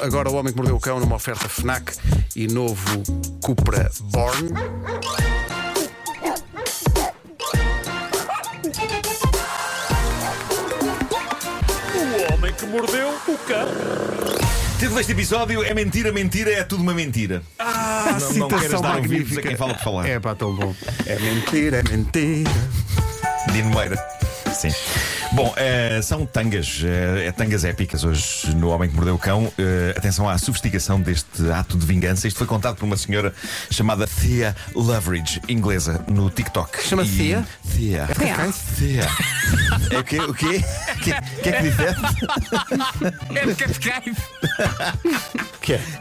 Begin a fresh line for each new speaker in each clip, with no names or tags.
Agora o Homem que Mordeu o Cão numa oferta FNAC e novo Cupra Born.
O homem que mordeu o cão.
Título deste episódio é mentira, mentira, é tudo uma mentira.
Ah,
não queres dar ouvidos a quem fala por falar.
É pá, tão bom. É mentira, é mentira.
Dino Meira. Sim. Bom, eh, são tangas, eh, é tangas épicas hoje no Homem que Mordeu o Cão. Eh, atenção à sofisticação deste ato de vingança. Isto foi contado por uma senhora chamada Thea Loveridge, inglesa, no TikTok.
Chama
E-
Thea?
Thea. Thea. É o quê? O quê? O que, que é que disseste?
É de Cascais.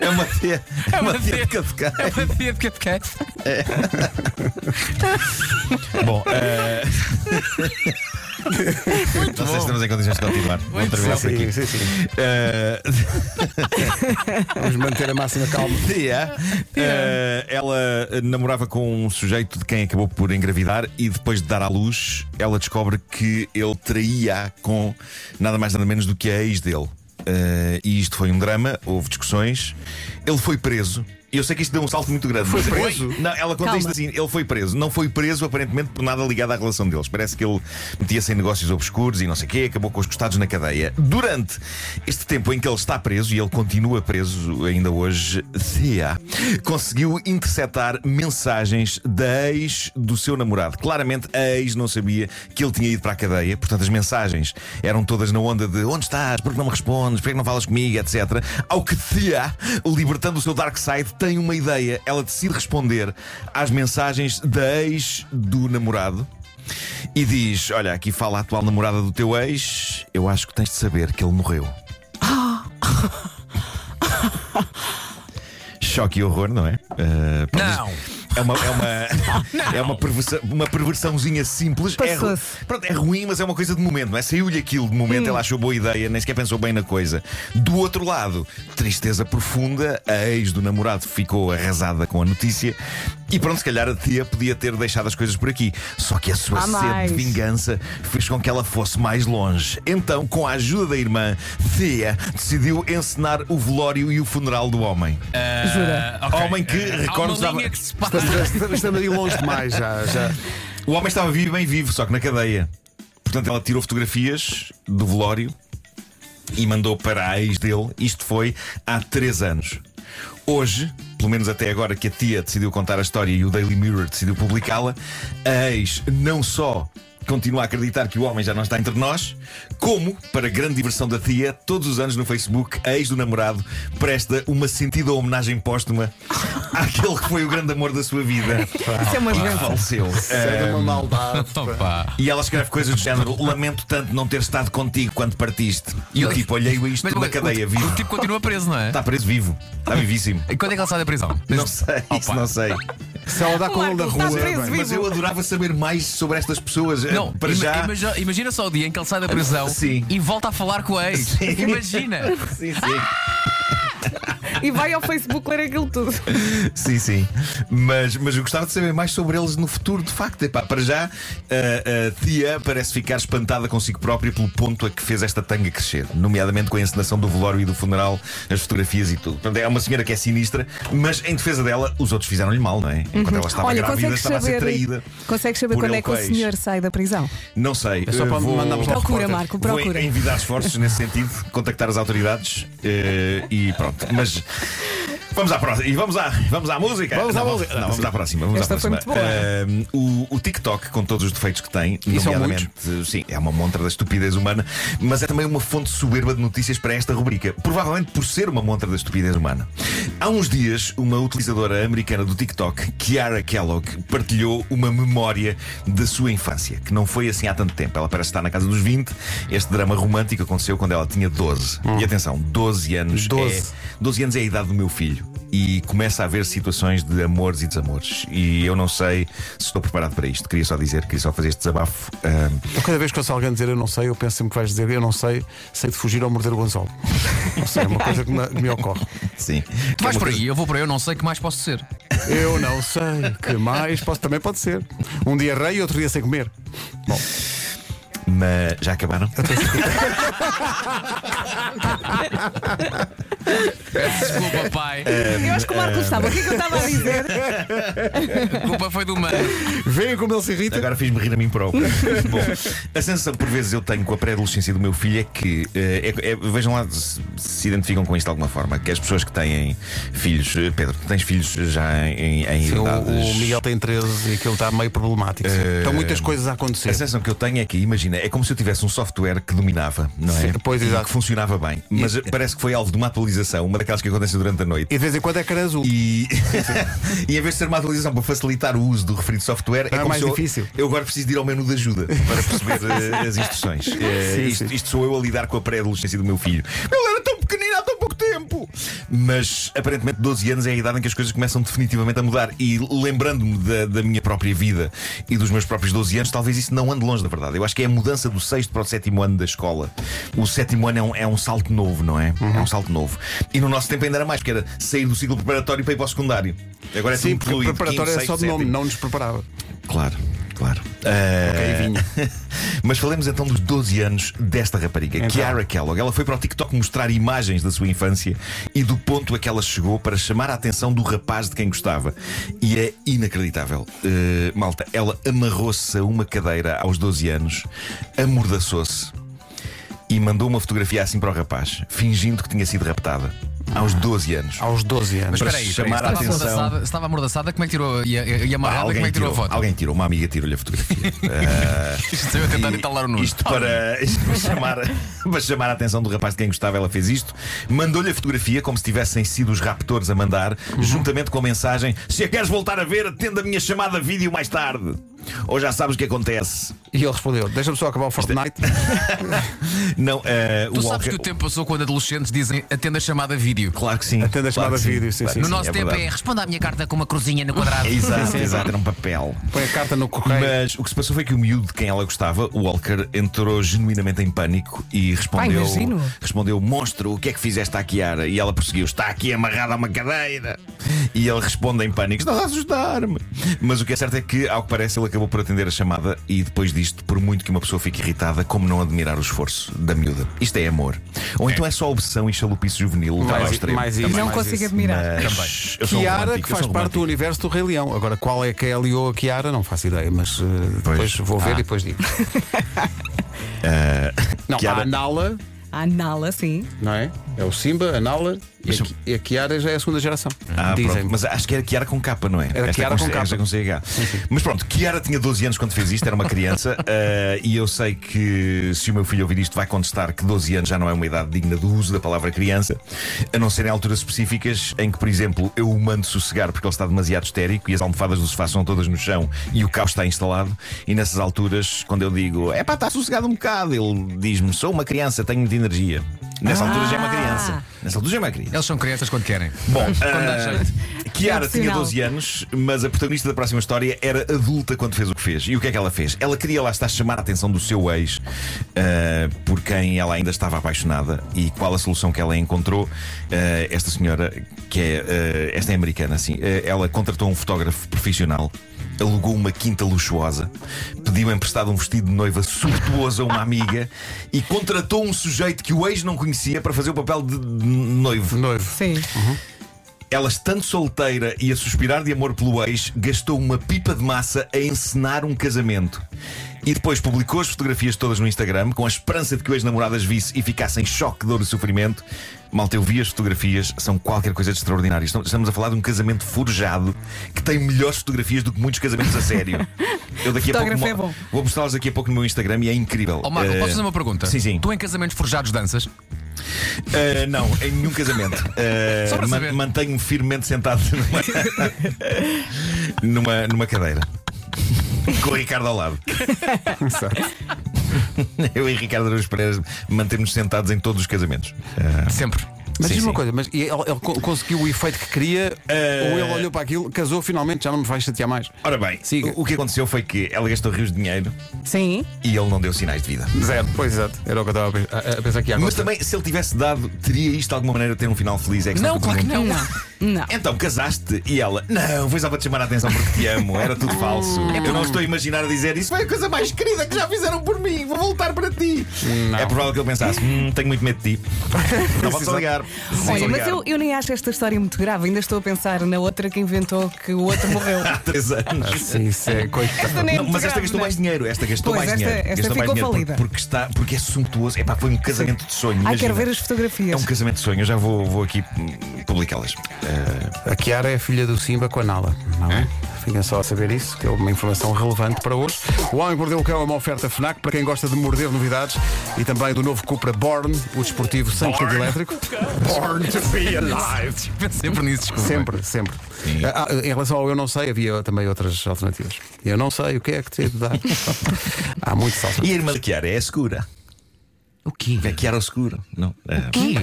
É uma Thea. É uma Thea de Cascais.
É uma tia de Cascais.
Bom, eh, não sei se estamos em condições de continuar. Vamos terminar por aqui.
sim, sim.
Eh,
Vamos manter a máxima calma.
Yeah. Eh, ela namorava com um sujeito de quem acabou por engravidar e depois de dar à luz, ela descobre que ele traía com nada mais nada menos do que a ex dele. Eh, e isto foi um drama, houve discussões. Ele foi preso. E Eu sei que isto deu um salto muito grande. Foi
preso?
Não, ela conta
Calma.
isto assim: ele foi preso. Não foi preso, aparentemente, por nada ligado à relação deles. Parece que ele metia-se em negócios obscuros e não sei o quê, acabou com os costados na cadeia. Durante este tempo em que ele está preso, e ele continua preso ainda hoje, Thea conseguiu interceptar mensagens da ex do seu namorado. Claramente, a ex não sabia que ele tinha ido para a cadeia, portanto, as mensagens eram todas na onda de onde estás, porque não me respondes, porque não falas comigo, etc. Ao que Thea, libertando o seu dark side, tem uma ideia. Ela decide responder às mensagens da ex do namorado. E diz: Olha, aqui fala a atual namorada do teu ex. Eu acho que tens de saber que ele morreu. Choque e horror, não é? Ah, pronto,
Não.
É uma, é uma, é uma, perversão, uma perversãozinha simples. É, ru-
Passou-se. Hum.
pronto, é ruim, mas é uma coisa de momento, não é? Saiu-lhe aquilo de momento, ela achou boa ideia, nem sequer pensou bem na coisa. Do outro lado, tristeza profunda, a ex do namorado ficou arrasada com a notícia e pronto, se calhar a tia podia ter deixado as coisas por aqui. Só que a sua
Há
sede
mais.
de vingança fez com que ela fosse mais longe. Então, com a ajuda da irmã, Thea decidiu encenar o velório e o funeral do homem.
Jura?
Ah, ok.
Homem que,
Ah,
recordo,
Há uma linha
estava-
que se passa.
Estamos, estamos ali longe demais já. já.
O homem estava vivo, bem vivo, só que na cadeia. Portanto, ela tirou fotografias do velório e mandou para a ex dele. Isto foi há três anos. Hoje, pelo menos até agora que a tia decidiu contar a história e o Daily Mirror decidiu publicá-la, a ex não só continua a acreditar que o homem já não está entre nós, como, para grande diversão da tia, todos os anos no Facebook, a ex do namorado presta uma sentida homenagem póstuma àquele que foi o grande amor da sua vida.
Isso é uma
que
vingança.
faleceu.
Era uma maldade.
Opa.
E ela escreve coisas do género: Lamento tanto não ter estado contigo quando partiste. E eu tipo, olhei o isto
Mas
na
o-
cadeia
o,
vivo.
o tipo continua preso, não é?
Está preso vivo. Está vivíssimo.
E quando é que ele sai da prisão?
Não sei,
Opa.
isso não sei.
Se ela dá com ele na
Marco, está
rua.
preso
bem.
vivo.
Mas eu adorava saber mais sobre estas pessoas. Eh,
Não,
para
ima-
já. Ah,
imagina, imagina só o dia em que ele sai da prisão
Sim.
e volta a falar com a ex. Imagina!
Sim, sim.
E vai ao Facebook ler aquilo tudo.
sim, sim. Mas, mas eu gostava de saber mais sobre eles no futuro, de facto. Epá, para já, a, a tia parece ficar espantada consigo própria pelo ponto a que fez esta tanga crescer, nomeadamente com a encenação do velório e do funeral, as fotografias e tudo. Portanto, é uma senhora que é sinistra, mas em defesa dela, os outros fizeram-lhe mal, não é? Enquanto ela estava
Uhum. Olha,
grávida,
consegues
estava a ser
saber,
traída.
consegues saber
por
quando é
ele
que o
com a ex.
senhor sai da prisão?
Não sei.
É só
eh,
para
vou...
mandar para o
Procura, Marco, procura.
Vou envidar esforços nesse sentido, contactar as autoridades eh, e pronto. Mas vamos à próxima. E vamos à, vamos à música.
Vamos
Não,
à música.
Não, vamos à próxima. Vamos
Esta
à
foi
próxima.
muito
Eh, o, o TikTok, com todos os defeitos que tem,
E são
nomeadamente, sim, é uma montra da estupidez humana, mas é também uma fonte soberba de notícias para esta rubrica. Provavelmente por ser uma montra da estupidez humana. Há uns dias, uma utilizadora americana do TikTok, Kiara Kellogg, partilhou uma memória da sua infância, que não foi assim há tanto tempo. Ela parece estar na casa dos 20. Este drama romântico aconteceu quando ela tinha 12.
Hum.
E atenção, 12 anos.
12.
É, 12 anos é a idade do meu filho. E começa a haver situações de amores e desamores. E eu não sei se estou preparado para isto. Queria só dizer, queria só fazer este desabafo. Ahm,
Eu, Cada vez que ouço alguém dizer eu não sei, eu penso sempre que vais dizer eu não sei, sei de fugir ou morder o anzol. Não sei, é uma coisa que me, que me ocorre.
sim.
Tu vais por aí, eu vou por aí, eu não sei o que mais posso ser.
Eu não sei, que mais? Posso, também pode ser. Um dia rei e outro dia sem comer. Bom,
Mas já acabaram?
Desculpa, pai.
É.
Eu acho que o Marcos sabe o que é que eu estava a dizer.
A culpa foi do mano.
Veem como ele se irrita.
Agora fiz-me rir a mim próprio. Bom, a sensação que por vezes eu tenho com a pré-adolescência do meu filho é que. eh, é- é- vejam lá se, se identificam com isto de alguma forma. Que as pessoas que têm filhos. eh, Pedro, tu tens filhos já em, em
Sim, o, o
idades-
Miguel tem 13 e aquilo está meio problemático. sim.
Eh,
Estão muitas coisas a acontecer.
A sensação que eu tenho é que, imagina, é como se eu tivesse um software que dominava, não é?
Sim, pois,
E
exato.
Que funcionava bem. Mas parece que foi alvo de uma atualização, uma daquelas que acontece durante a noite.
E de vez em quando é cara azul.
E, e em vez de ser uma atualização para facilitar o uso do referido software, é
Ah,
como
mais
se eu,
difícil.
eu agora preciso de ir ao menu de ajuda para perceber eh, as instruções. Eh,
Sim,
isto,
sim.
isto sou eu a lidar com a pré-adolescência do meu filho. Ele era tão pequenino há tão pouco tempo. Mas aparentemente 12 anos é a idade em que as coisas começam definitivamente a mudar. E lembrando-me da, da minha própria vida e dos meus próprios 12 anos, talvez isso não ande longe da verdade. Eu acho que é a mudança do sexto para o sétimo ano da escola. O sétimo ano é um, é um salto novo, não é?
Uhum.
É um salto novo. E no nosso tempo ainda era mais, porque era sair do ciclo preparatório para ir para o secundário. Agora é
Sim,
tudo
porque
fluido.
preparatório
Quinto,
é só de
sexto,
nome,
sétimo.
não é? nos preparava.
Claro, claro. Eh,
Ok, vinho.
Mas falemos então dos 12 anos desta rapariga,
Então.
Kiara Kellogg. Ela foi para o TikTok mostrar imagens da sua infância e do ponto a que ela chegou para chamar a atenção do rapaz de quem gostava. E é inacreditável. Eh, malta, ela amarrou-se a uma cadeira aos 12 anos, amordaçou-se e mandou uma fotografia assim para o rapaz, fingindo que tinha sido raptada aos 12 anos.
Aos 12 anos.
Mas-
Espera aí,
chamar
espera aí,
a
se
atenção.
estava amordaçada- se Estava amordaçada, como é que tirou? E, e, e
Pá,
amarrada, como é que tirou a foto?
alguém tirou, uma amiga tirou-lhe a fotografia. Ah,
Isto eu a tentar
E-
entalar o nudo.
Isto para, para chamar, para chamar a atenção do rapaz de quem gostava, ela fez isto. Mandou-lhe a fotografia como se tivessem sido os raptores a mandar, juntamente com a mensagem: Se a queres voltar a ver, atenda a minha chamada vídeo mais tarde. Ou já sabes o que acontece.
E ele respondeu: Deixa-me só acabar o Fortnite.
Não, eh,
Tu
o
sabes
Alca-
que o tempo passou quando adolescentes dizem atenda a chamada vídeo.
Claro que sim.
Atenda a
claro
chamada
que sim,
vídeo, sim,
claro
sim.
que
No nosso
é
tempo
verdade.
é responda à minha carta com uma cruzinha no quadrado.
Exato, exato, era um papel.
Põe a carta no correio.
Mas o que se passou foi que o miúdo de quem ela gostava, o Walker, entrou genuinamente em pânico e respondeu:
imagino.
respondeu Monstro, o que é que fizeste à Kiara? E ela prosseguiu: Está aqui amarrada a uma cadeira. E ele responde em pânico: Estás a assustar-me. Mas o que é certo é que, ao que parece, ele acabou por atender a chamada e depois disto, por muito que uma pessoa fique irritada, como não admirar o esforço da miúda? Isto é amor. Ou então é só obsessão e chalupice juvenil levado ao
mais,
extremo.
mais isso.
Não
mais
consigo
isso.
admirar.
Mas eu sou um
Kiara,
romântico,
que
eu
faz
sou um
parte do universo do Rei Leão. Agora, qual é que é a Leo a Kiara? Não faço ideia, mas eh, depois vou
Ah.
ver e depois digo.
Eh,
não,
Kiara-
a Nala,
A Ah, Nala, sim.
não é? É o Simba, a Nala e a,
Mas-
Ki- e a Kiara já é a segunda geração.
Ah,
Dizem.
pronto, mas acho que era Kiara com capa, não é?
Era
Esta é
Kiara com
C-
capa.
esta é CH. Mas pronto, Kiara tinha 12 anos quando fez isto, era uma criança, eh, e eu sei que se o meu filho ouvir isto vai contestar que 12 anos já não é uma idade digna do uso da palavra criança, a não ser em alturas específicas em que, por exemplo, eu o mando sossegar porque ele está demasiado histérico e as almofadas do sofá são todas no chão e o caos está instalado, e nessas alturas, quando eu digo é pá, está sossegado um bocado, ele diz-me sou uma criança, tenho muita energia. Nessa altura já é uma criança. Nessa altura já é uma criança.
Eles são crianças quando querem.
Bom,
dá
ah,
jeito.
Kiara
É
tinha
opcional.
12 anos, mas a protagonista da próxima história era adulta quando fez o que fez. E o que é que ela fez? Ela queria lá estar a chamar a atenção do seu ex, ah, por quem ela ainda estava apaixonada. E qual a solução que ela encontrou? Ah, esta senhora, que é. ah, esta é americana, assim. ah, ela contratou um fotógrafo profissional. Alugou uma quinta luxuosa, pediu emprestado um vestido de noiva suntuoso a uma amiga e contratou um sujeito que o ex não conhecia para fazer o papel de de noivo.
Noivo.
Sim.
Ela, estando solteira e a suspirar de amor pelo ex, gastou uma pipa de massa a encenar um casamento. E depois publicou as fotografias todas no Instagram, com a esperança de que o ex-namorado as visse e ficasse em choque, dor e sofrimento. Malta, eu vi as fotografias, são qualquer coisa de extraordinário. Estamos- Estamos a falar de um casamento forjado que tem melhores fotografias do que muitos casamentos a sério. Eu daqui a pouco
Fotógrafo
mo-
é bom.
vou mostrá-los daqui a pouco no meu Instagram e é incrível.
Ó oh, Marco,
Eh,
posso fazer uma pergunta?
Sim, sim.
Tu em casamentos forjados danças?
Uh, não, em nenhum casamento. Uh,
Só para
man-
saber.
Mantenho-me firmemente sentado numa, numa, numa cadeira. Com o Ricardo ao lado. Eu e Ricardo Araújo Pereira mantemos-nos sentados em todos os casamentos. Uh,
Sempre.
Mas
Sim,
diz uma
sim.
coisa, mas e ele, ele co- conseguiu o efeito que queria,
Eh,
ou ele olhou para aquilo, casou finalmente, já não me vais chatear mais.
Ora bem,
Siga.
o o que aconteceu foi que ela gastou rios de dinheiro
Sim.
e ele não deu sinais de vida.
Zero, pois exato. Era o que eu estava a pe- a, a pensar aqui
Mas também, se ele tivesse dado, teria isto de alguma maneira ter um final feliz? É a questão
Não,
eu
claro que
pergunto.
não.
Não.
Então casaste e ela, não, foi só para te chamar a atenção porque te amo, era
Ah.
tudo
É
falso. Eu não estou a imaginar a dizer isso foi a coisa mais querida que já fizeram por mim, vou voltar para ti. É provável que ele pensasse, hum, tenho muito medo de ti. Não vamos ligar.
Olha, mas eu, eu nem acho esta história muito grave. Ainda estou a pensar na outra que inventou que o outro morreu.
Há três anos.
Sim, isso é coitado.
Esta nem é
Não,
muito
mas esta
grave,
gastou
não é?
mais dinheiro, esta gastou
Pois,
mais
esta-
dinheiro.
esta
gastou mais
ficou
dinheiro
falida.
porque, está, porque é suntuoso. Epá, foi um casamento de sonho.
Ai,
imagina.
quero ver as fotografias.
É um casamento de sonho, eu já vou, vou aqui hum, publicá-las. Eh,
A Kiara é a filha do Simba com a Nala, não é? Fiquem só a saber isso, que é uma informação relevante para hoje. O Homem que Mordeu o Cão é uma oferta FNAC para quem gosta de morder novidades e também do novo Cupra Born, o desportivo 100% elétrico. Born to be alive!
Sempre nisso, desculpa.
Sempre, sempre. Ah, ah, em relação ao eu não sei, havia também outras alternativas. Eu não sei o que é que te hei de dar. Há muito salto.
E a irmã da Chiara é a segura.
O quê?
É Chiara Oscura. Não.
O quê?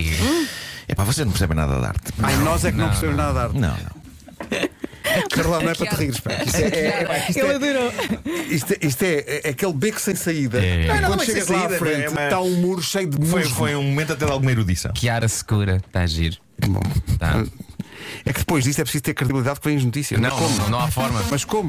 É pá, vocês não percebem nada de arte.
Ai, nós é que não, percebemos nada a dar.
Não, não.
Carlão, não é para te rires, pá. Isto é, é- é- isto
Ele
é-
adorou.
Isto, é- isto é, é aquele beco sem saída.
É. Não é
nada
Quando
mais
chegas
sem
lá
saída,
à frente,
é uma-
está um muro cheio de
Foi,
musgo.
foi um momento até de alguma erudição.
Chiara Segura. Está a giro.
Bom,
Tá.
É que depois disto é preciso ter credibilidade que vem as notícias.
Não,
Mas como?
não, não há forma.
Mas como?